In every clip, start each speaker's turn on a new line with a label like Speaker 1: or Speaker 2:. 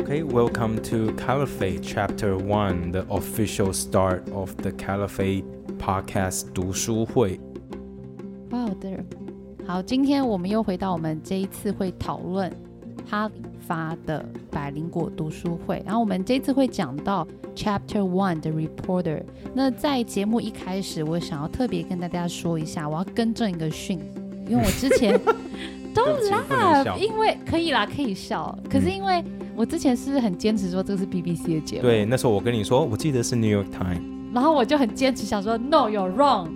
Speaker 1: Okay, welcome to Caliphate Chapter One, the official start of the Caliphate Podcast 读书会。
Speaker 2: 好的，好，今天我们又回到我们这一次会讨论哈里发的百灵果读书会，然后我们这次会讲到 Chapter One 的 Reporter。那在节目一开始，我想要特别跟大家说一下，我要更正一个讯，因为我之
Speaker 1: 对
Speaker 2: 前
Speaker 1: 不起不能笑
Speaker 2: Don't 因为可以啦，可以笑，可是因为我之前是很坚持说这个是 BBC 的节目，
Speaker 1: 对，那时候我跟你说，我记得是 New York Times。
Speaker 2: 然后我就很坚持想说，No, you're wrong.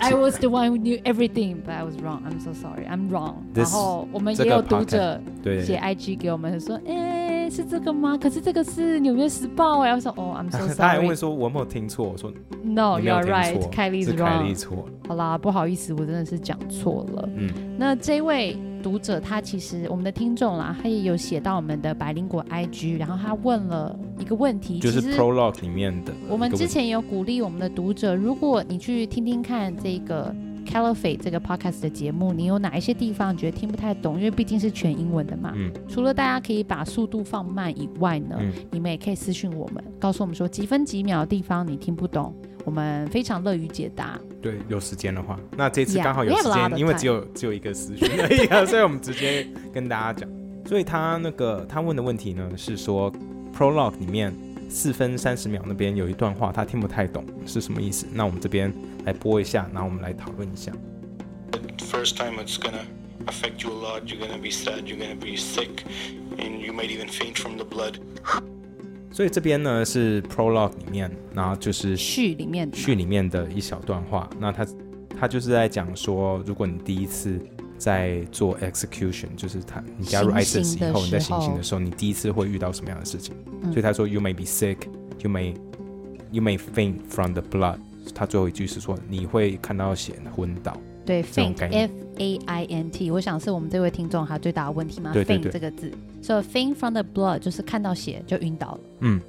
Speaker 2: I was the one who knew everything, but I was wrong. I'm so sorry. I'm wrong.
Speaker 1: This-
Speaker 2: 然后我们
Speaker 1: 这
Speaker 2: 也
Speaker 1: 个
Speaker 2: 有读者
Speaker 1: 对，
Speaker 2: 写 IG 给我们说，哎、是这个吗？可是这个是《纽约时报、哎，我说，哦、i m so
Speaker 1: 他还问
Speaker 2: sorry.
Speaker 1: 说我有没有听错，我说
Speaker 2: No,
Speaker 1: 你没有
Speaker 2: you're
Speaker 1: 听
Speaker 2: right.
Speaker 1: 错，
Speaker 2: 凯莉
Speaker 1: 是
Speaker 2: is
Speaker 1: 凯莉
Speaker 2: wrong.
Speaker 1: 错了。
Speaker 2: 好啦，不好意思，我真的是讲错了。
Speaker 1: 嗯，
Speaker 2: 那这位读者他其实我们的听众啦，他也有写到我们的百灵果 IG，然后他问了一个问题，
Speaker 1: 就是
Speaker 2: 其实
Speaker 1: Prologue 里面的一个问题。
Speaker 2: 我们之前有鼓励我们的读者，如果你去听听看这个 Caliphate 这个 podcast 的节目，你有哪一些地方觉得听不太懂？因为毕竟是全英文的嘛。
Speaker 1: 嗯
Speaker 2: 除了大家可以把速度放慢以外呢，
Speaker 1: 嗯
Speaker 2: 你们也可以私讯我们，告诉我们说几分几秒的地方你听不懂，我们非常乐于解答。
Speaker 1: 对有时间的话，那这次
Speaker 2: Yeah,
Speaker 1: 刚好有
Speaker 2: we have
Speaker 1: 时
Speaker 2: a lot
Speaker 1: 间，
Speaker 2: of
Speaker 1: 因为只有只有一个私讯而已啊，所以我们直接跟大家讲。所以他那个他问的问题呢是说，prologue 里面四分三十秒那边有一段话他听不太懂是什么意思，那我们这边来播一下，然后我们来讨论一下。
Speaker 3: first time it's gonna affect you a lot you're gonna be sad you're gonna be sick and you might even faint from the blood
Speaker 1: 所以这边呢是 prologue 里面，然后就是
Speaker 2: 序里面的嘛
Speaker 1: 序里面的一小段话。那他他就是在讲说，如果你第一次在做 execution，就是他你加入
Speaker 2: 行刑
Speaker 1: ISIS 以后，
Speaker 2: 的
Speaker 1: 你在
Speaker 2: 时
Speaker 1: 行刑的
Speaker 2: 候
Speaker 1: 时候，你第一次会遇到什么样的事情？
Speaker 2: 嗯
Speaker 1: 所以他说，you may be sick, you may you may faint from the blood。他最后一句是说，你会看到血昏倒。
Speaker 2: 对
Speaker 1: 这种
Speaker 2: faint
Speaker 1: 概
Speaker 2: f
Speaker 1: 念
Speaker 2: a i n t，我想是我们这位听众他最大的问题嘛
Speaker 1: 对对
Speaker 2: ，faint
Speaker 1: 对
Speaker 2: 这个字，so faint from the blood 就是看到血就晕倒了，
Speaker 1: 嗯，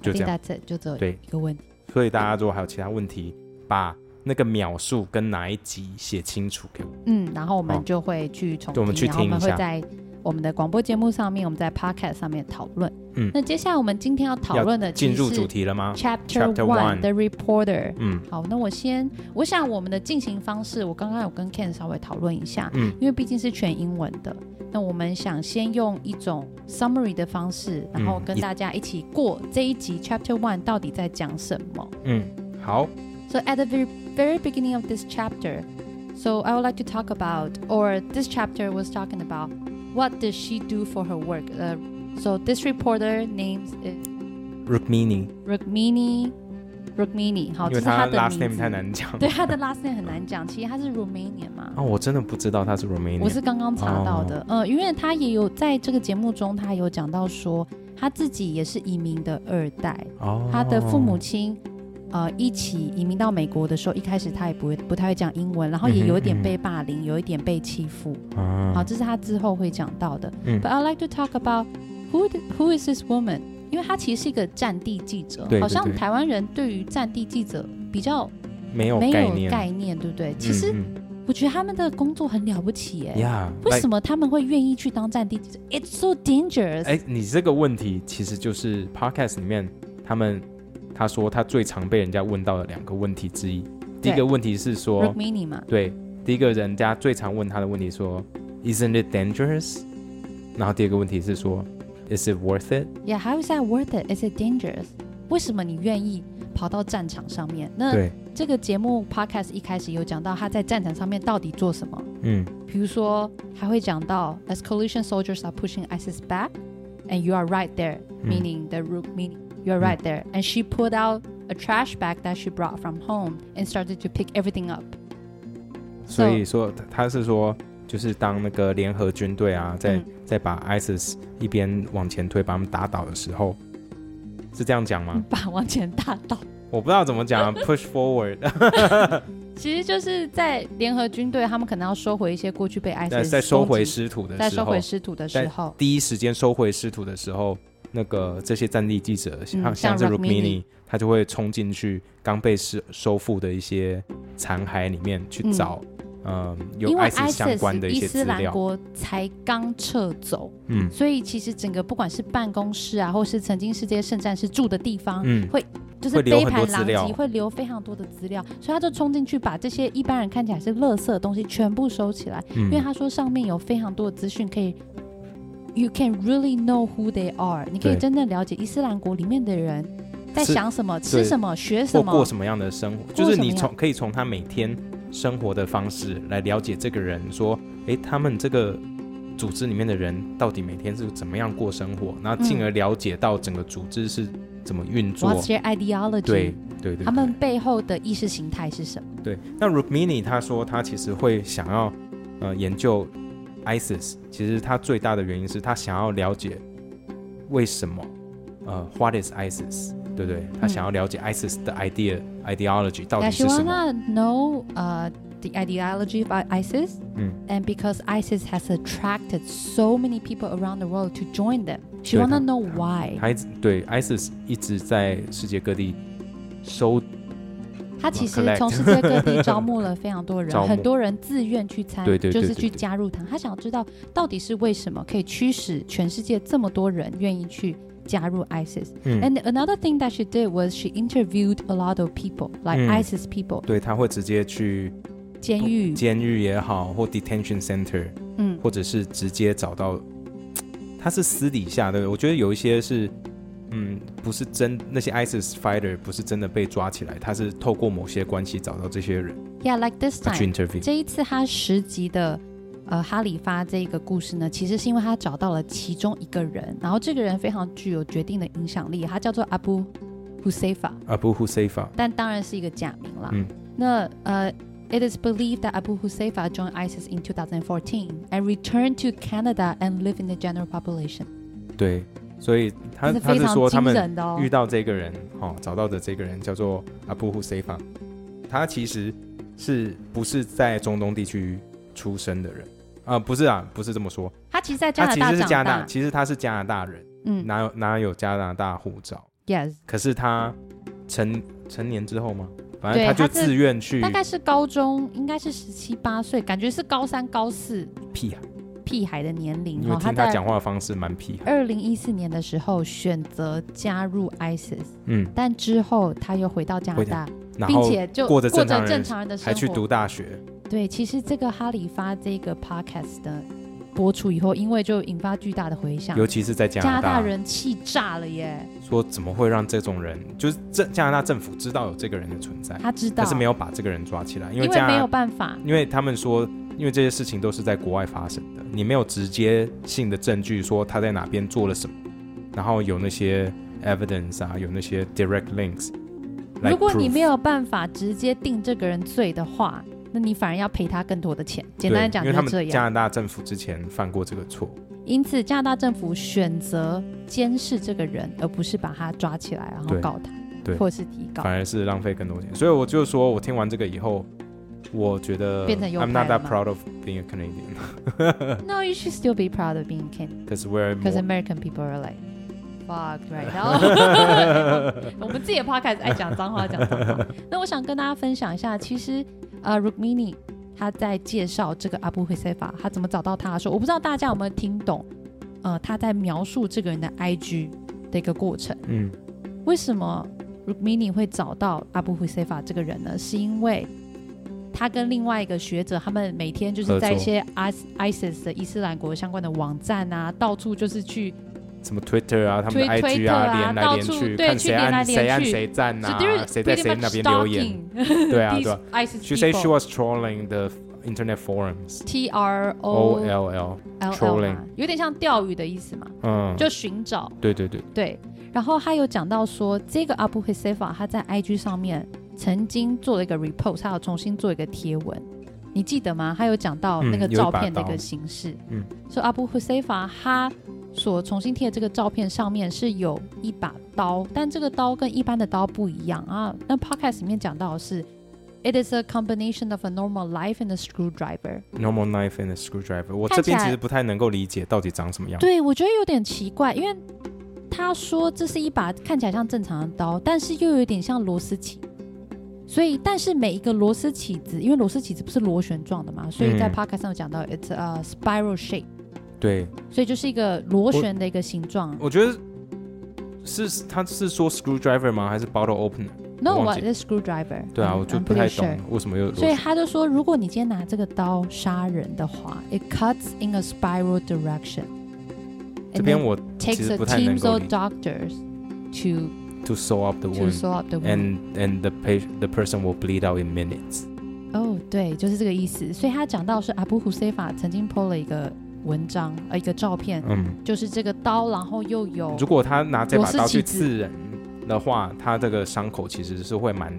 Speaker 1: 就这样。
Speaker 2: 这就只有
Speaker 1: 对
Speaker 2: 一个问题，
Speaker 1: 所以大家如果还有其他问题，把那个秒数跟哪一集写清楚给我。
Speaker 2: 嗯，然后我
Speaker 1: 好
Speaker 2: 们就会去重
Speaker 1: 对我们去
Speaker 2: 然后我们
Speaker 1: 听一
Speaker 2: 会
Speaker 1: 下
Speaker 2: 在我们的广播节目上面，我们在 podcast 上面讨论，
Speaker 1: 嗯
Speaker 2: 那接下来我们今天要讨论的
Speaker 1: 进入
Speaker 2: 其实
Speaker 1: 主
Speaker 2: 是
Speaker 1: 题了吗？
Speaker 2: chapter
Speaker 1: Chapter one
Speaker 2: one 的 reporter。
Speaker 1: 嗯
Speaker 2: 好，那我先，我想我们的进行方式，我刚刚有跟 Ken 稍微讨论一下，
Speaker 1: 嗯，
Speaker 2: 因为毕竟是全英文的，那我们想先用一种 summary 的方式，然后跟
Speaker 1: 一
Speaker 2: 大家一起过这一集 Chapter One 到底在讲什么。
Speaker 1: 嗯，好。
Speaker 2: So at the very, very beginning of this chapter, so I would like to talk about, or this chapter was talking about, what does she do for her work? Uh, so this reporter names is
Speaker 1: Rukmini，
Speaker 2: Rukmini. Rukmini，好，
Speaker 1: 因为
Speaker 2: 这哦是她
Speaker 1: 他
Speaker 2: 的
Speaker 1: last
Speaker 2: 名
Speaker 1: name
Speaker 2: 字
Speaker 1: 太难讲。
Speaker 2: 对，她的 last name 很难讲，其实她是 Romanian 嘛。
Speaker 1: 啊，我真的不知道他是 Romanian。
Speaker 2: 我是刚刚查到的，嗯、因为他也有在这个节目中，他有讲到说他自己也是移民的二代，
Speaker 1: 哦，
Speaker 2: 他的父母亲。呃，一起移民到美国的时候，一开始他也不会不太会讲英文，然后
Speaker 1: 嗯
Speaker 2: 也
Speaker 1: 哼
Speaker 2: 有一点
Speaker 1: 嗯哼
Speaker 2: 被霸凌，有一点被欺负。好，
Speaker 1: 啊，
Speaker 2: 这是他之后会讲到的。
Speaker 1: 嗯
Speaker 2: But I'd like to talk about who the- who is this woman？因为他其实是一个战地记者，
Speaker 1: 对对
Speaker 2: 好像
Speaker 1: 对
Speaker 2: 台湾人对于战地记者比较
Speaker 1: 没有
Speaker 2: 没有
Speaker 1: 概念。
Speaker 2: 概念，对不对？其实
Speaker 1: 嗯
Speaker 2: 我觉得他们的工作很了不起，哎
Speaker 1: 嗯，呀，
Speaker 2: 为什
Speaker 1: 么？
Speaker 2: 么他们会愿意去当战地记者？It's so dangerous。
Speaker 1: 哎，你这个问题其实就是 podcast 里面他们他说他最常被人家问到的两个问题之一。第一个问题是
Speaker 2: r u
Speaker 1: 说
Speaker 2: k，m i n i 嘛，
Speaker 1: 对，第一个人家最常问他的问题说，Isn't it dangerous？然后第二个问题是说，Is it worth it？
Speaker 2: yeah, how is that worth it? Is it dangerous？为什么你愿意跑到战场上面？那
Speaker 1: 对，
Speaker 2: 这个节目 podcast 一开始有讲到他在战场上面到底做什么，
Speaker 1: 嗯
Speaker 2: 比如说还会讲到 as coalition soldiers are pushing ISIS back, and you are right there,
Speaker 1: 嗯
Speaker 2: meaning the r u k m i n i You're right
Speaker 1: Hmm.
Speaker 2: there, and she pulled out a trash bag that she brought from home and started to pick everything up.
Speaker 1: 所以说他他是说，就是当那个联合军队啊，在、
Speaker 2: 嗯
Speaker 1: 在把 ISIS 一边往前推，把他们打倒的时候，是这样讲吗？
Speaker 2: 把往前大倒。
Speaker 1: 我不知道怎么讲啊，push forward，
Speaker 2: 其实就是在联合军队，他们可能要收回一些过去被 ISIS
Speaker 1: 在在收回
Speaker 2: 攻
Speaker 1: 失土
Speaker 2: 击
Speaker 1: 的
Speaker 2: 在
Speaker 1: 时
Speaker 2: 收
Speaker 1: 候
Speaker 2: 回，失土的时候，
Speaker 1: 第一时间收回失土的时候，那个这些战地记者，像
Speaker 2: 嗯
Speaker 1: 像
Speaker 2: 像
Speaker 1: 是
Speaker 2: Rukmini
Speaker 1: Rukmini，他就会冲进去刚被收收复的一些残骸里面去
Speaker 2: 嗯
Speaker 1: 找呃有
Speaker 2: 因为
Speaker 1: ISIS 相关的一
Speaker 2: 伊
Speaker 1: 些
Speaker 2: 斯
Speaker 1: 资
Speaker 2: 兰
Speaker 1: 料。
Speaker 2: 国才刚撤走，
Speaker 1: 嗯
Speaker 2: 所以其实整个不管是办公室啊，或是曾经是这些圣战士住的地方，
Speaker 1: 嗯，
Speaker 2: 就是
Speaker 1: 会留
Speaker 2: 杯
Speaker 1: 很多
Speaker 2: 盘
Speaker 1: 资
Speaker 2: 狼
Speaker 1: 料
Speaker 2: 藉，会留非常多的资料，所以他就冲进去把这些一般人看起来是垃圾的东西全部收起来，
Speaker 1: 因
Speaker 2: 因为他说上面有非常多的资讯可以。You can really know who they are。你可以
Speaker 1: 对
Speaker 2: 真正了解伊斯兰国里面的人在
Speaker 1: 是
Speaker 2: 想什么、吃
Speaker 1: 对
Speaker 2: 什么、学什
Speaker 1: 或
Speaker 2: 么、
Speaker 1: 过什么样的生活，
Speaker 2: 过
Speaker 1: 就是
Speaker 2: 什么
Speaker 1: 你
Speaker 2: 样
Speaker 1: 从可以从他每天生活的方式来了解这个人，说，诶，他们这个组织里面的人到底每天是怎么样过生活，然后进
Speaker 2: 嗯
Speaker 1: 而了解到整个组织是怎么运作。
Speaker 2: What's their ideology？
Speaker 1: 对对对，
Speaker 2: 他
Speaker 1: 对
Speaker 2: 们背后的意识形态是什么？
Speaker 1: 对，那 Rukmini 他说他其实会想要呃研究 ISIS，其实他最大的原因是他想要了解为什么呃 What is ISIS，对不对？
Speaker 2: 嗯
Speaker 1: 他想要了解 ISIS 的 idea ideology 到底
Speaker 2: That she
Speaker 1: 是什么？
Speaker 2: wanna know uh, the ideology of ISIS,
Speaker 1: 嗯
Speaker 2: and because ISIS has attracted so many people around the world to join them, she
Speaker 1: 对，
Speaker 2: wanna
Speaker 1: 他-
Speaker 2: know why.
Speaker 1: 他一直对 ISIS 一直在世界各地收
Speaker 2: 她其实
Speaker 1: collect
Speaker 2: 从世界各地 招募了非常多人
Speaker 1: 招，募
Speaker 2: 很多人自愿去参，
Speaker 1: 对对对
Speaker 2: 就是
Speaker 1: 对
Speaker 2: 去
Speaker 1: 对
Speaker 2: 加入他。她想知道到底是为什么可以驱使全世界这么多人愿意去加入 ISIS.
Speaker 1: 嗯，
Speaker 2: And another thing that she did was she interviewed a lot of people, like
Speaker 1: 嗯
Speaker 2: ISIS people,
Speaker 1: 对，他会直接去
Speaker 2: 监狱，
Speaker 1: 监狱也好，或 detention center，
Speaker 2: 嗯，
Speaker 1: 或者是直接找到，他是私底下对不对，我觉得有一些是，嗯，不是真那些 ISIS fighter 不是真的被抓起来，他是透过某些关系找到这些人
Speaker 2: Yeah, like this
Speaker 1: 他去
Speaker 2: time.
Speaker 1: interview。
Speaker 2: 这一次他十集的呃哈里发这个故事呢，其实是因为他找到了其中一个人，然后这个人非常具有决定的影响力，他叫做 Abu Huseifa，
Speaker 1: Abu Huseifa，
Speaker 2: 但当然是一个假名啦。
Speaker 1: 嗯
Speaker 2: 那呃。It is believed that Abu Huseifa joined ISIS in 2014 and returned to Canada and lived in the general population。
Speaker 1: 对，所以他
Speaker 2: 这是
Speaker 1: 他
Speaker 2: 非
Speaker 1: 是
Speaker 2: 常
Speaker 1: 说他
Speaker 2: 惊
Speaker 1: 们
Speaker 2: 人的哦。
Speaker 1: 遇到这个人，哦，找到的这个人叫做 Abu Huseifa，他其实是不是在中东地区出生的人？啊、不是啊，不是这么说，
Speaker 2: 他其实在加
Speaker 1: 他
Speaker 2: 拿
Speaker 1: 其
Speaker 2: 大
Speaker 1: 实是
Speaker 2: 长
Speaker 1: 加拿
Speaker 2: 大
Speaker 1: 大，。其实他是加拿大人，
Speaker 2: 嗯
Speaker 1: 哪有哪有加拿大护照？
Speaker 2: ，Yes，
Speaker 1: 可是他成成年之后吗？反
Speaker 2: 对
Speaker 1: 正他
Speaker 2: 他
Speaker 1: 就是自愿去
Speaker 2: 大概是高中，应该是十七八岁，感觉是高三高四
Speaker 1: 屁孩，
Speaker 2: 屁孩的年龄
Speaker 1: 因为
Speaker 2: 哦，
Speaker 1: 听他
Speaker 2: 在
Speaker 1: 讲话的方式蛮屁孩。
Speaker 2: 二零一四年的时候选择加入 ISIS，
Speaker 1: 嗯，
Speaker 2: 但之后他又回到加拿大，
Speaker 1: 然
Speaker 2: 并
Speaker 1: 后
Speaker 2: 且就
Speaker 1: 过着
Speaker 2: 过
Speaker 1: 正常
Speaker 2: 着
Speaker 1: 人
Speaker 2: 正常人的生
Speaker 1: 还去
Speaker 2: 活。
Speaker 1: 读大学。
Speaker 2: 对，其实这个哈里发这个 podcast 的播出以后，因为就引发巨大的回响，
Speaker 1: 尤其是在加
Speaker 2: 加拿
Speaker 1: 拿大，
Speaker 2: 大人气炸了耶！
Speaker 1: 说怎么会让这种人，就是这加拿大政府知道有这个人的存在，
Speaker 2: 他知道，
Speaker 1: 但是没有把这个人抓起来，因
Speaker 2: 因
Speaker 1: 为
Speaker 2: 为
Speaker 1: 加
Speaker 2: 没
Speaker 1: 拿
Speaker 2: 有办法，
Speaker 1: 因为他们说，因为这些事情都是在国外发生的，你没有直接性的证据说他在哪边做了什么，然后有那些 evidence 啊，有那些 direct links 来 proof。
Speaker 2: 如果你没有办法直接定这个人罪的话，那你反而要赔他更多的钱。简单
Speaker 1: 对
Speaker 2: 讲
Speaker 1: 因
Speaker 2: 就
Speaker 1: 为他
Speaker 2: 是这
Speaker 1: 们
Speaker 2: 样。
Speaker 1: 加拿大政府之前犯过这个错，
Speaker 2: 因此，加拿大政府选择监视这个人，而不是把他抓起来然后
Speaker 1: 对
Speaker 2: 告他，
Speaker 1: 对
Speaker 2: 或者是提告
Speaker 1: 反。而是浪费更多钱。所以我就说我听完这个以后，我觉得
Speaker 2: 变成右
Speaker 1: I'm not
Speaker 2: 派了
Speaker 1: that
Speaker 2: 吗
Speaker 1: proud of being a Canadian
Speaker 2: No, you should still be proud of being Canadian,
Speaker 1: because we're
Speaker 2: because
Speaker 1: more,
Speaker 2: American people are like. Fuck right now，我们 自己的 podcast 爱讲脏话，讲脏 话。那我想跟大家分享一下，其实呃，Rukmini 他在介绍这个阿布 u s e f a 他怎么找到他的时候，我不知道大家有没有听懂，呃，他在描述这个人的 IG 的一个过程。
Speaker 1: 嗯
Speaker 2: 为什么 Rukmini 会找到阿布 u s e f a 这个人呢？是因为他跟另外一个学者，他们每天就是在一些 IS- ISIS 的伊斯兰国相关的网站啊，到处就是去，
Speaker 1: 什么 Twitter 啊，他们的
Speaker 2: 推
Speaker 1: IG 啊，
Speaker 2: Twitter 啊
Speaker 1: 连来
Speaker 2: 到
Speaker 1: 连
Speaker 2: 处
Speaker 1: 去，
Speaker 2: 对
Speaker 1: 看
Speaker 2: 去
Speaker 1: 谁
Speaker 2: 连来
Speaker 1: 按
Speaker 2: 连
Speaker 1: 谁按
Speaker 2: 去
Speaker 1: 谁赞
Speaker 2: so
Speaker 1: 啊
Speaker 2: they're，
Speaker 1: 谁在
Speaker 2: pretty
Speaker 1: 谁
Speaker 2: much
Speaker 1: 那边留言，
Speaker 2: stalking
Speaker 1: 对啊
Speaker 2: these
Speaker 1: 对啊。She
Speaker 2: ISIS
Speaker 1: said she
Speaker 2: people
Speaker 1: was trolling the internet forums.
Speaker 2: T R
Speaker 1: O
Speaker 2: O L
Speaker 1: L L，
Speaker 2: L，
Speaker 1: trolling
Speaker 2: 嘛有点像钓鱼的意思嘛，
Speaker 1: 嗯，
Speaker 2: 就寻找。
Speaker 1: 对对对，
Speaker 2: 对，然后他有讲到说，这个 Abu Hussefa 他在 IG 上面曾经做了一个 repost，他有重新做一个贴文，你记得吗？他有讲到那
Speaker 1: 嗯
Speaker 2: 个
Speaker 1: 有一
Speaker 2: 照
Speaker 1: 把
Speaker 2: 片的一个
Speaker 1: 刀
Speaker 2: 形式，
Speaker 1: 嗯，
Speaker 2: 说 Abu Hussefa 他所重新贴的这个照片上面是有一把刀，但这个刀跟一般的刀不一样啊。那 podcast 里面讲到的是。It is a combination of a normal knife and a screwdriver。
Speaker 1: Normal knife and a screwdriver。我
Speaker 2: 看
Speaker 1: 这边
Speaker 2: 起
Speaker 1: 其
Speaker 2: 来
Speaker 1: 实不太能够理解到底长什么样。
Speaker 2: 对，我觉得有点奇怪，因为他说这是一把看起来像正常的刀，但是又有点像螺丝起，所以，但是每一个螺丝起子，因为螺丝起子不是螺旋状的嘛，所以在
Speaker 1: 嗯
Speaker 2: podcast 上有讲到，it's a spiral shape，
Speaker 1: 对，
Speaker 2: 所以就是一个螺旋的一个形状。
Speaker 1: 我觉得是他是说 screwdriver 吗？还是 bottle opener？
Speaker 2: No
Speaker 1: 我
Speaker 2: what
Speaker 1: 忘记
Speaker 2: is screwdriver？
Speaker 1: 对啊，
Speaker 2: 嗯
Speaker 1: 我就
Speaker 2: I'm
Speaker 1: 不太
Speaker 2: pretty
Speaker 1: 懂
Speaker 2: sure
Speaker 1: 为什么有螺
Speaker 2: 所以
Speaker 1: 旋。
Speaker 2: 他就说，如果你今天拿这个刀杀人的话，it cuts in a spiral direction。
Speaker 1: 这边
Speaker 2: and
Speaker 1: 我
Speaker 2: then
Speaker 1: 其
Speaker 2: takes
Speaker 1: 实
Speaker 2: a
Speaker 1: 不太能
Speaker 2: team
Speaker 1: 够
Speaker 2: of
Speaker 1: 理
Speaker 2: doctors to
Speaker 1: to sew up the
Speaker 2: to
Speaker 1: wound
Speaker 2: sew up the wound。
Speaker 1: and and the patient the person will bleed out in minutes。
Speaker 2: 哦，对，就是这个意思。所以他讲到是阿布胡塞法曾经 PO 了一个文章，呃，一个照片，
Speaker 1: 嗯，
Speaker 2: 就是这个刀，然后又有
Speaker 1: 如果他拿这把刀
Speaker 2: 螺丝
Speaker 1: 去
Speaker 2: 起子
Speaker 1: 刺人的话，他这个伤口其实是会蛮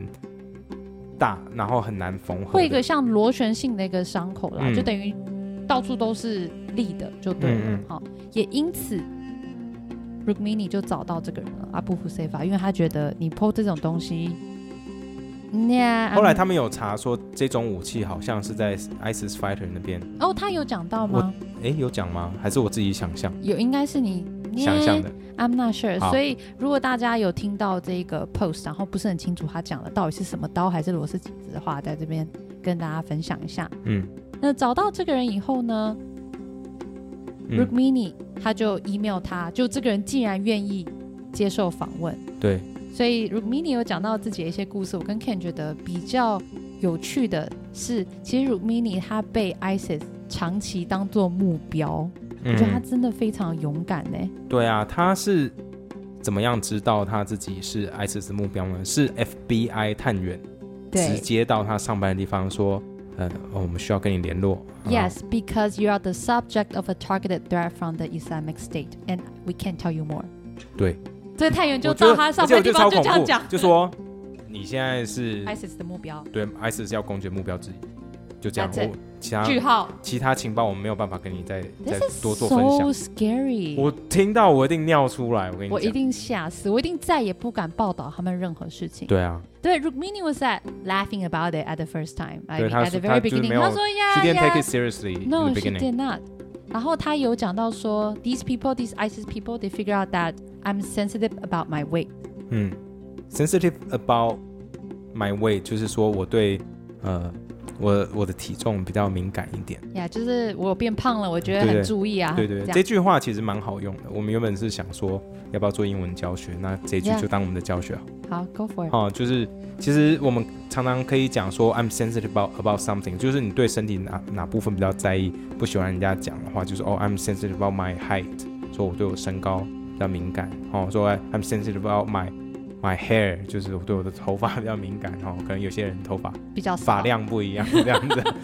Speaker 1: 大，然后很难缝合
Speaker 2: 会一
Speaker 1: 的
Speaker 2: 个。像螺旋性的一个伤口啦，
Speaker 1: 嗯
Speaker 2: 就等于到处都是利的，就对了。
Speaker 1: 嗯嗯
Speaker 2: 好，也因此，Rukmini 就找到这个人了，阿布胡塞法，因为他觉得你 PO 这种东西，那
Speaker 1: 后来他们有查说，这种武器好像是在 ISIS fighter 那边，
Speaker 2: 哦，他有讲到吗？
Speaker 1: 诶，有讲吗？还是我自己想象
Speaker 2: 有，应该是你
Speaker 1: 想象的？
Speaker 2: I'm not sure。
Speaker 1: 好
Speaker 2: 所以如果大家有听到这个 post，然后不是很清楚他讲的到底是什么刀还是螺丝起子的话，在这边跟大家分享一下。
Speaker 1: 嗯
Speaker 2: 那找到这个人以后呢、r u
Speaker 1: 嗯，
Speaker 2: k m i n i 他就 email 他，就这个人竟然愿意接受访问，
Speaker 1: 对，
Speaker 2: 所以 Rukmini 有讲到自己的一些故事，我跟 Ken 觉得比较有趣的是，其实 Rukmini 他被 ISIS 长期当做目标，我觉得他
Speaker 1: 嗯，
Speaker 2: 真的非常勇敢呢、
Speaker 1: 对啊，他是怎么样知道他自己是 ISIS 目标呢？是 FBI 探员直
Speaker 2: 对
Speaker 1: 接到他上班的地方说，呃，哦我们需要跟你联络。啊
Speaker 2: Yes, because you are the subject of a targeted threat from the Islamic State, and we can't tell you more.
Speaker 1: 对，
Speaker 2: 所以太远就
Speaker 1: 我觉
Speaker 2: 到
Speaker 1: 得
Speaker 2: 他上
Speaker 1: 而且我觉
Speaker 2: 班地
Speaker 1: 得超
Speaker 2: 方就
Speaker 1: 恐
Speaker 2: 这样
Speaker 1: 怖，
Speaker 2: 讲
Speaker 1: 就说你现在是
Speaker 2: ，ISIS 的目标，
Speaker 1: 对 ISIS 要攻击的目标之一，就这样。
Speaker 2: That's it
Speaker 1: 我其他
Speaker 2: 句号。
Speaker 1: 其他情报我没有办法跟你再再
Speaker 2: This is
Speaker 1: 多做
Speaker 2: so
Speaker 1: 分享。
Speaker 2: scary，
Speaker 1: 我听到我一定尿出来，我跟你
Speaker 2: 我一
Speaker 1: 讲。
Speaker 2: 定吓死，我一定再也不敢报道他们任何事情。
Speaker 1: 对啊，
Speaker 2: 对，Rukmini was at laughing about it at the first time. I
Speaker 1: 对
Speaker 2: mean,
Speaker 1: 他
Speaker 2: at
Speaker 1: 说
Speaker 2: the very
Speaker 1: 他就是
Speaker 2: beginning，
Speaker 1: 没有
Speaker 2: 他说
Speaker 1: she
Speaker 2: Yeah,
Speaker 1: didn't take
Speaker 2: yeah.
Speaker 1: it seriously in the
Speaker 2: No, she
Speaker 1: beginning。
Speaker 2: did not. 然后他有讲到说，These people, these ISIS people, they figure out that I'm sensitive about my weight.
Speaker 1: 嗯，sensitive about my weight，就是说我对呃我我的体重比较敏感一点。
Speaker 2: 呀就是我变胖了，我觉得
Speaker 1: 对对
Speaker 2: 很注意啊。
Speaker 1: 对对，对
Speaker 2: 这
Speaker 1: 这
Speaker 2: 样
Speaker 1: 句话其实蛮好用的。我们原本是想说要不要做英文教学，那这一句
Speaker 2: Yeah
Speaker 1: 就当我们的教学好了。
Speaker 2: 好，Go for it。
Speaker 1: 哦，就是其实我们常常可以讲说 I'm sensitive about about something，就是你对身体哪哪部分比较在意，不喜欢人家讲的话，就是哦 I'm sensitive about my height，说我对我身高比较敏感，哦，说 I- I'm sensitive about my my hair，就是我对我的头发比较敏感，哦，可能有些人头发
Speaker 2: 比较少
Speaker 1: 发量不一样，这样子，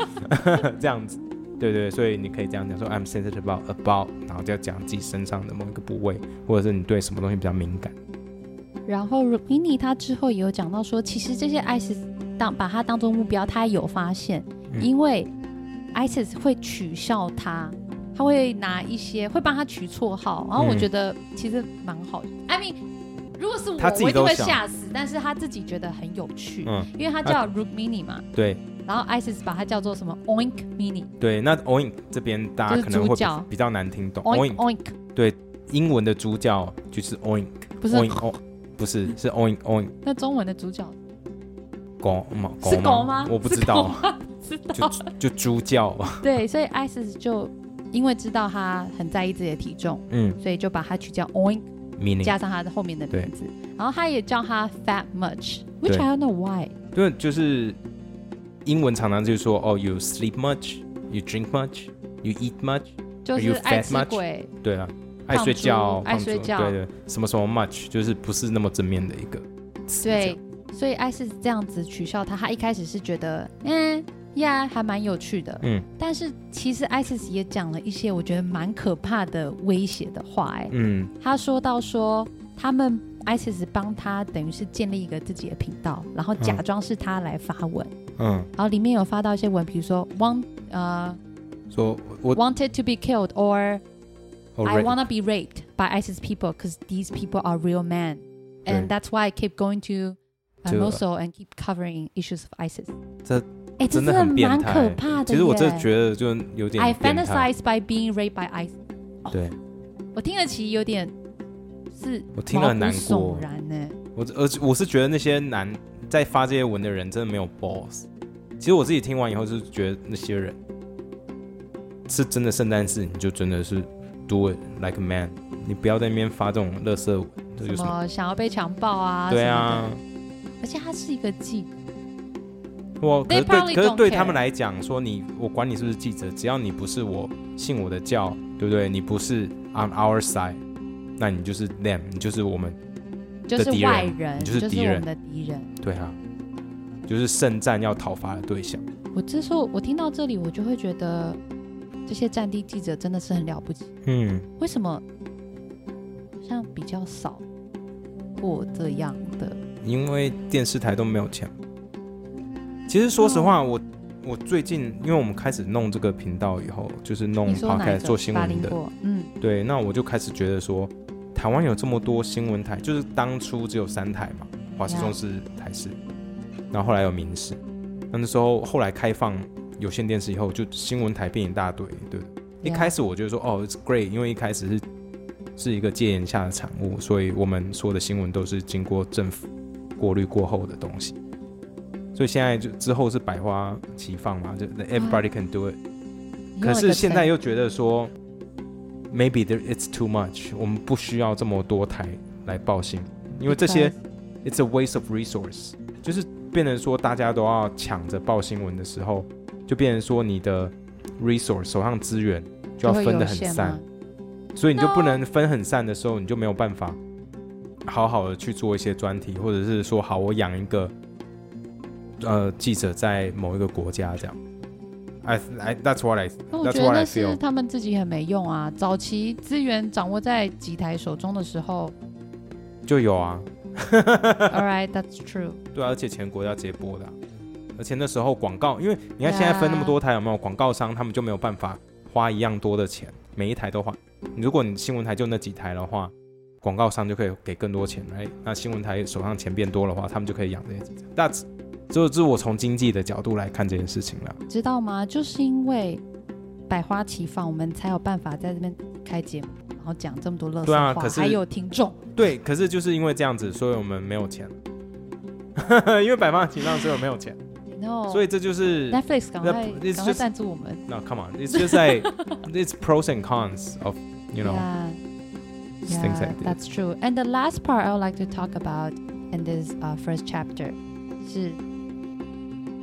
Speaker 1: 这样子。对对，所以你可以这样讲说，I'm sensitive about about，然后就要讲自己身上的某一个部位，或者是你对什么东西比较敏感。
Speaker 2: 然后 Rukmini 他之后也有讲到说，其实这些 ISIS 当把他当做目标，他也有发现，
Speaker 1: 嗯
Speaker 2: 因为 ISIS 会取笑他，他会拿一些会帮他取绰号，然后我
Speaker 1: 嗯
Speaker 2: 觉得其实蛮好的。I mean，如果是我，
Speaker 1: 他自己
Speaker 2: 我一定
Speaker 1: 都
Speaker 2: 会
Speaker 1: 想
Speaker 2: 吓死，但是他自己觉得很有趣，
Speaker 1: 嗯，
Speaker 2: 因为他叫 Rukmini 嘛，
Speaker 1: 对，
Speaker 2: 然后 ISIS 把他叫做什么 Oink Mini。
Speaker 1: 对，那 oink 这边大家可能
Speaker 2: 就是
Speaker 1: 会
Speaker 2: 主
Speaker 1: 比
Speaker 2: 角
Speaker 1: 比较难听懂
Speaker 2: oink 哦
Speaker 1: oink
Speaker 2: oink
Speaker 1: 英文的主角就是 oink，
Speaker 2: 不是
Speaker 1: oink o 不是是 oink oink
Speaker 2: 那中文的主角
Speaker 1: 狗吗？
Speaker 2: 是狗吗？
Speaker 1: 我不知
Speaker 2: 是狗
Speaker 1: 道，
Speaker 2: 吗， 知
Speaker 1: 就
Speaker 2: 道。
Speaker 1: 就猪 叫吧。
Speaker 2: 对，所以 ISIS 就因为知道他很在意自己的体重，
Speaker 1: 嗯
Speaker 2: 所以就把它取叫 Oink，
Speaker 1: ，meaning
Speaker 2: 加上他的后面的
Speaker 1: 对
Speaker 2: 名字。然后他也叫他 Fat Much，which
Speaker 1: 对
Speaker 2: I don't know why。
Speaker 1: 对，就是英文常常就是说哦，you sleep much，you drink much，you eat much，
Speaker 2: 就
Speaker 1: Are
Speaker 2: 是
Speaker 1: you
Speaker 2: 爱
Speaker 1: fat
Speaker 2: 吃
Speaker 1: much？
Speaker 2: 鬼，
Speaker 1: 对啊，爱
Speaker 2: 胖
Speaker 1: 睡
Speaker 2: 猪
Speaker 1: 觉，
Speaker 2: 爱
Speaker 1: 胖
Speaker 2: 睡
Speaker 1: 猪
Speaker 2: 觉
Speaker 1: 对对，什么什么 much，就是不是那么正面的一个词这样。
Speaker 2: 对，所以 ISIS 这样子取笑他，他一开始是觉得，嗯呀，还蛮有趣的，
Speaker 1: 嗯
Speaker 2: 但是其实 ISIS 也讲了一些我觉得蛮可怕的威胁的话、哎、
Speaker 1: 嗯
Speaker 2: 他说到说他们 ISIS 帮他等于是建立一个自己的频道，然后假
Speaker 1: 嗯
Speaker 2: 装是他来发文，
Speaker 1: 嗯，
Speaker 2: 然后里面有发到一些文，比如说 want 呃
Speaker 1: 说我
Speaker 2: wanted to be killed or
Speaker 1: 我
Speaker 2: I wanna be raped by ISIS people because these people are real men
Speaker 1: 对
Speaker 2: and that's why I keep going to uh,
Speaker 1: 这个
Speaker 2: Mosul and keep covering issues of ISIS。
Speaker 1: 这
Speaker 2: 哎，这
Speaker 1: 真的很变
Speaker 2: 蛮
Speaker 1: 态
Speaker 2: 可怕的
Speaker 1: 其实我这
Speaker 2: 耶
Speaker 1: 觉得就有点
Speaker 2: I
Speaker 1: 变态
Speaker 2: fantasize by being raped by ISIS。
Speaker 1: 对。
Speaker 2: 我听了其实有点是
Speaker 1: 我听了很难
Speaker 2: 毛骨
Speaker 1: 过
Speaker 2: 悚然呢。
Speaker 1: 我而且我是觉得那些男在发这些文的人真的没有 boss。其实我自己听完以后，就是觉得那些人是真的圣诞事，你就真的是 do it like a man，你不要在那边发这种垃圾文，这有
Speaker 2: 什
Speaker 1: 什么？
Speaker 2: 么想要被强暴啊，
Speaker 1: 对啊，，
Speaker 2: 而且他是一个记
Speaker 1: 我可
Speaker 2: They
Speaker 1: 是对，
Speaker 2: probably
Speaker 1: 可是
Speaker 2: don't
Speaker 1: 对他
Speaker 2: care
Speaker 1: 们来讲，说你我管你是不是记者，只要你不是我信我的教，对不对？你不是 on our side，那你就是 them，你就是我们，
Speaker 2: 就是
Speaker 1: 的敌人
Speaker 2: 外人，
Speaker 1: 你就
Speaker 2: 就是是
Speaker 1: 敌
Speaker 2: 我
Speaker 1: 人
Speaker 2: 们的敌人。
Speaker 1: 对啊，就是圣战要讨伐的对象。
Speaker 2: 我这时候我听到这里，我就会觉得这些战地记者真的是很了不起。
Speaker 1: 嗯，
Speaker 2: 为什么好像比较少过这样的？
Speaker 1: 因为电视台都没有钱。其实说实
Speaker 2: 哦
Speaker 1: 话，我我最近因为我们开始弄这个频道以后，就是弄
Speaker 2: 你说哪
Speaker 1: podcast
Speaker 2: 一
Speaker 1: 做
Speaker 2: 个？
Speaker 1: 新
Speaker 2: 法
Speaker 1: 闻
Speaker 2: 林
Speaker 1: 的，
Speaker 2: 果，嗯，
Speaker 1: 对，那我就开始觉得说，台湾有这么多新闻台，就是当初只有三台嘛，华视、
Speaker 2: Yeah
Speaker 1: 中视、台视，然后后来有民视，那那时候后来开放有线电视以后，就新闻台变一大堆，对。一
Speaker 2: Yeah
Speaker 1: 开始我就说哦，it's great，因为一开始是是一个戒严下的产物，所以我们所有的新闻都是经过政府过滤过后的东西，所以现在就之后是百花齐放嘛，就
Speaker 2: 嗯
Speaker 1: everybody can do it。
Speaker 2: 你
Speaker 1: 可
Speaker 2: 用一
Speaker 1: 是
Speaker 2: 个
Speaker 1: 现
Speaker 2: 成
Speaker 1: 在又觉得说，maybe there it's too much，我们不需要这么多台来报信，因为这些 it's a waste of resource，就是变成说大家都要抢着报新闻的时候，就变成说你的 resource 手上资源就要
Speaker 2: 会
Speaker 1: 分
Speaker 2: 有
Speaker 1: 得很
Speaker 2: 限
Speaker 1: 散
Speaker 2: 吗，
Speaker 1: 所以你就不
Speaker 2: No
Speaker 1: 能分很散的时候，你就没有办法好好的去做一些专题，或者是说好我养一个呃记者在某一个国家这样。I, I that's what I
Speaker 2: 那我
Speaker 1: That's
Speaker 2: 觉得
Speaker 1: what I
Speaker 2: 那是
Speaker 1: feel
Speaker 2: 他们自己很没用啊。早期资源掌握在几台手中的 时候
Speaker 1: 就有啊，
Speaker 2: ，All right, that's true。
Speaker 1: 对啊，而且全国要直接播的啊、而且那时候广告，因为你看现在分那么多台，有没有广告商他们就没有办法花一样多的钱，每一台都花。如果你新闻台就那几台的话，广告商就可以给更多钱，哎，那新闻台手上钱变多的话，他们就可以养这些记者。那这这是我从经济的角度来看这件事情了。
Speaker 2: 知道吗？就是因为百花齐放，我们才有办法在这边开节目，然后讲这么多乐色
Speaker 1: 对啊
Speaker 2: 话，
Speaker 1: 可是
Speaker 2: 还有听众。
Speaker 1: 对，可是就是因为这样子，所以我们没有钱， 因为百方情况，所以我没有钱，
Speaker 2: No，
Speaker 1: 所以这就是。
Speaker 2: Netflix 赶
Speaker 1: That-
Speaker 2: 快
Speaker 1: it's
Speaker 2: 赶快
Speaker 1: just-
Speaker 2: 赞助我们。
Speaker 1: No, come on. It's just like it's pros and cons of you know
Speaker 2: yeah,
Speaker 1: things
Speaker 2: yeah,
Speaker 1: like this.
Speaker 2: that's true. And the last part I would like to talk about in this uh, first chapter 是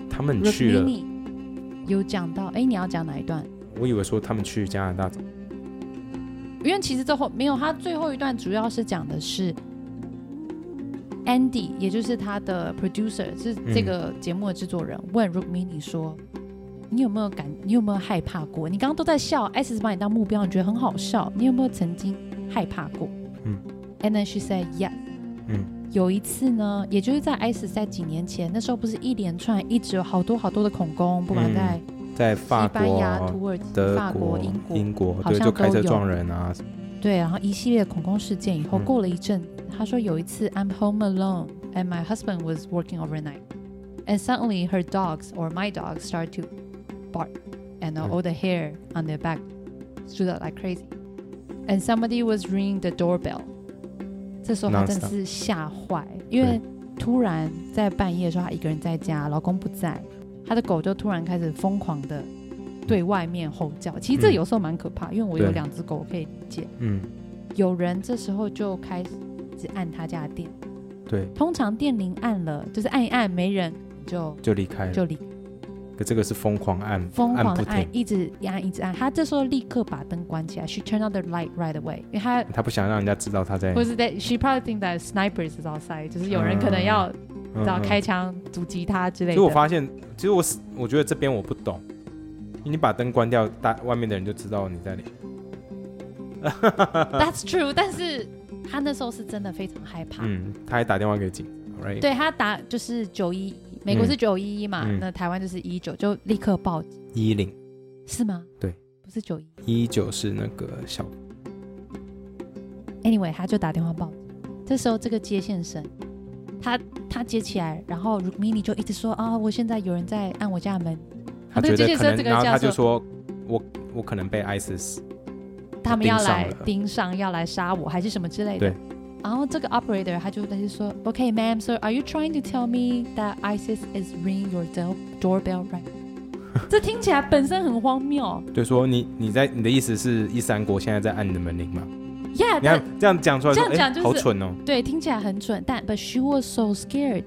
Speaker 1: 他们去了，
Speaker 2: Rukmini 有讲到，哎，你要讲哪一段？
Speaker 1: 我以为说他们去加拿大，
Speaker 2: 因为其实最后没有，他最后一段主要是讲的是 Andy，也就是他的 producer，是这个节目的制作
Speaker 1: 嗯
Speaker 2: 人，问 Rukmini 说：“你有没有感？你有没有害怕过？你刚刚都在笑，S 是把你当目标，你觉得很好笑，你有没有曾经害怕过？”
Speaker 1: 嗯
Speaker 2: ，And then she said yes。
Speaker 1: 嗯，
Speaker 2: 有一次呢，也就是在 S 在几年前，那时候不是一连串一直有好多好多的恐攻，不管
Speaker 1: 嗯
Speaker 2: 在
Speaker 1: 在法
Speaker 2: 西班牙、
Speaker 1: 国、
Speaker 2: 土耳其、
Speaker 1: 德
Speaker 2: 法国、英国、
Speaker 1: 英国，
Speaker 2: 好
Speaker 1: 对，
Speaker 2: 像
Speaker 1: 就开
Speaker 2: 都
Speaker 1: 车
Speaker 2: 有
Speaker 1: 撞人啊，
Speaker 2: 对，然后一系列恐攻事件以后，
Speaker 1: 嗯
Speaker 2: 过了一阵，他说有一次 I'm home alone and my husband was working overnight, and suddenly her dogs or my dogs start to bark, and all the hair on their back stood out like crazy, and somebody was ringing the doorbell. 这时候他真的
Speaker 1: Non-stop
Speaker 2: 是吓坏，因为突然在半夜的时候，她一个人在家，老公不在，她的狗就突然开始疯狂的对外面吼叫。其实这
Speaker 1: 嗯
Speaker 2: 有时候蛮可怕，因为我有
Speaker 1: 对
Speaker 2: 两只狗，我可以理解。
Speaker 1: 嗯，
Speaker 2: 有人这时候就开始按他家的电，
Speaker 1: 对，
Speaker 2: 通常电铃按了，就是按一按没人就
Speaker 1: 就离开了。
Speaker 2: 就离，
Speaker 1: 可这个是疯狂按，
Speaker 2: 疯狂
Speaker 1: 按
Speaker 2: 的
Speaker 1: 不
Speaker 2: 按
Speaker 1: 停，，
Speaker 2: 一直按一直按。他这时候立刻把灯关起来，she turned on the light right away，因为他
Speaker 1: 他不想让人家知道他在，
Speaker 2: 或是在 she probably think that snipers is outside，就是有人可能要
Speaker 1: 嗯
Speaker 2: 然
Speaker 1: 嗯
Speaker 2: 后开枪阻击他之类
Speaker 1: 所以我
Speaker 2: 的。
Speaker 1: 发现，其实我是我觉得这边我不懂，你把灯关掉，大外面的人就知道你在里。嗯
Speaker 2: That's true，但是他那时候是真的非常害怕。
Speaker 1: 嗯，他还打电话给警，right？
Speaker 2: 对他打就是九一，美国是九一一嘛，
Speaker 1: 嗯
Speaker 2: 那台湾就是一九，就立刻报警，
Speaker 1: 一零
Speaker 2: 是吗？
Speaker 1: 对，
Speaker 2: 不是九一。
Speaker 1: 一九是那个小，
Speaker 2: Anyway，他就打电话报警。这时候这个接线生，他他接起来，然后 Mini 就一直说啊、我现在有人在按我家的门，
Speaker 1: 他
Speaker 2: 哦对
Speaker 1: 觉
Speaker 2: 这
Speaker 1: 得
Speaker 2: 件
Speaker 1: 可
Speaker 2: 事
Speaker 1: 能，
Speaker 2: 这个
Speaker 1: 然后
Speaker 2: 叫
Speaker 1: 他就
Speaker 2: 做
Speaker 1: 说，我我可能被 ISIS，
Speaker 2: 他们要来
Speaker 1: 盯上了
Speaker 2: 盯上，要来杀我，还是什么之类的
Speaker 1: 对。
Speaker 2: 啊、然后这个 operator 他就他就说，Okay, ma'am, sir, are you trying to tell me that ISIS is ringing your del- doorbell right？now？” 这听起来本身很荒谬。
Speaker 1: 就说你你在你的意思是伊斯兰国现在在按你的门铃吗？
Speaker 2: Yeah，
Speaker 1: 你
Speaker 2: 但
Speaker 1: 看这样讲出来说，
Speaker 2: 呃这样讲
Speaker 1: 诶
Speaker 2: 就是
Speaker 1: 好蠢哦。
Speaker 2: 对，听起来很蠢，但 But she was so scared。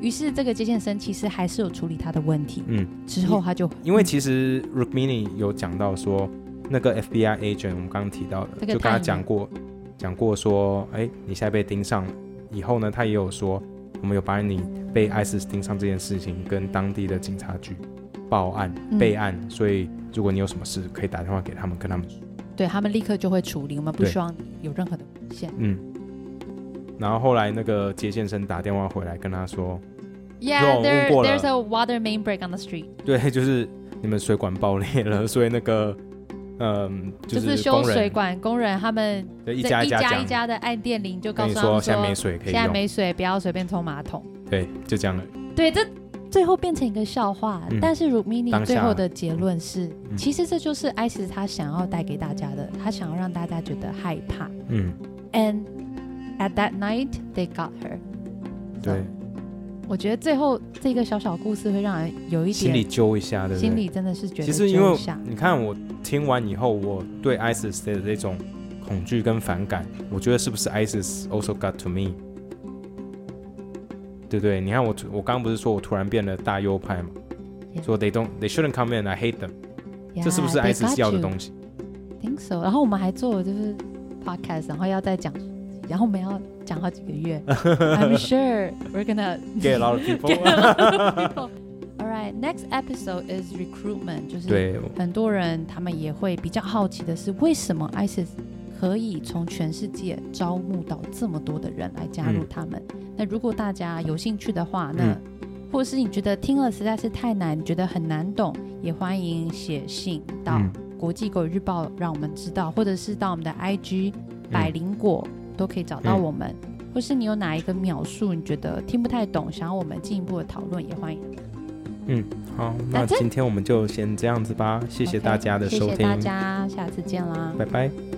Speaker 2: 于是这个接线生其实还是有处理他的问题，
Speaker 1: 嗯，
Speaker 2: 之后他就嗯
Speaker 1: 因为其实 Rukmini 有讲到说，那个 FBI agent 我们刚刚提到的，
Speaker 2: 那
Speaker 1: 就
Speaker 2: 个
Speaker 1: 跟他
Speaker 2: 探员
Speaker 1: 讲过，讲过说，哎，你现在被盯上了，以后呢，他也有说，我们有把你被 ISIS 盯上这件事情跟当地的警察局报案、
Speaker 2: 嗯
Speaker 1: 备案，所以如果你有什么事，可以打电话给他们，跟他们说，
Speaker 2: 对他们立刻就会处理，我们不
Speaker 1: 对
Speaker 2: 希望你有任何的危险。
Speaker 1: 嗯。然后后来那个杰先生打电话回来跟他说，
Speaker 2: Yeah,
Speaker 1: 我
Speaker 2: there
Speaker 1: 问过了
Speaker 2: there's a water main break on the street，
Speaker 1: 对，就是你们水管爆裂了， 所以那个，嗯，
Speaker 2: 就是
Speaker 1: 是
Speaker 2: 修
Speaker 1: 工人
Speaker 2: 水管工人他们
Speaker 1: 对一
Speaker 2: 在
Speaker 1: 家
Speaker 2: 一
Speaker 1: 家
Speaker 2: 家
Speaker 1: 讲
Speaker 2: 一。家的按电铃，就告
Speaker 1: 跟你
Speaker 2: 诉他们
Speaker 1: 说现在没水可以
Speaker 2: 现在
Speaker 1: 用，
Speaker 2: 没水，不要随便冲马桶。
Speaker 1: 对，就这样了。
Speaker 2: 对，这最后变成一个笑话。
Speaker 1: 嗯
Speaker 2: 但是 Rumini
Speaker 1: 当下
Speaker 2: 最后的结论是，
Speaker 1: 嗯
Speaker 2: 其实这就是 ISIS 他想要带给大家的，他想要让大家觉得害怕。
Speaker 1: 嗯，
Speaker 2: And at that night they got her。
Speaker 1: 对，
Speaker 2: 我觉得最后这个小小故事会让人有一
Speaker 1: 心里
Speaker 2: 点
Speaker 1: 揪一下，对不对？
Speaker 2: 心里真的是觉
Speaker 1: 其
Speaker 2: 得
Speaker 1: 实因为
Speaker 2: 揪下
Speaker 1: 你看我听完以后，我对 ISIS 的这种恐惧跟反感，我觉得是不是 ISIS also got to me？对不对？你看我突，我刚刚不是说我突然变得大右派嘛？
Speaker 2: Yeah
Speaker 1: 说 they don't they shouldn't come in I hate them，这是不是
Speaker 2: Yeah, they got
Speaker 1: ISIS 要的
Speaker 2: you
Speaker 1: 东西？
Speaker 2: think so。然后我们还做了就是 podcast，然后要再讲，然后我们要讲好几 个月。I'm sure we're gonna
Speaker 1: get a lot of
Speaker 2: get
Speaker 1: people。
Speaker 2: a lot of people. All right, next episode is recruitment，就是
Speaker 1: 对，
Speaker 2: 很多人他们也会比较好奇的是，为什么 ISIS 可以从全世界招募到这么多的人来加入
Speaker 1: 嗯
Speaker 2: 他们？那如果大家有兴趣的话，那、
Speaker 1: 嗯
Speaker 2: 或是你觉得听了实在是太难，你觉得很难懂，也欢迎写信到。
Speaker 1: 嗯，
Speaker 2: 国际狗日报让我们知道，或者是到我们的 IG
Speaker 1: 嗯
Speaker 2: 百灵果、都可以找到我们，或是你有哪一个描述你觉得听不太懂，想要我们进一步的讨论，也欢迎。
Speaker 1: 好，那
Speaker 2: That's it
Speaker 1: 今天我们就先这样子吧，谢谢大家的收听，
Speaker 2: 谢谢大家，下次见啦，
Speaker 1: 拜拜。
Speaker 2: 拜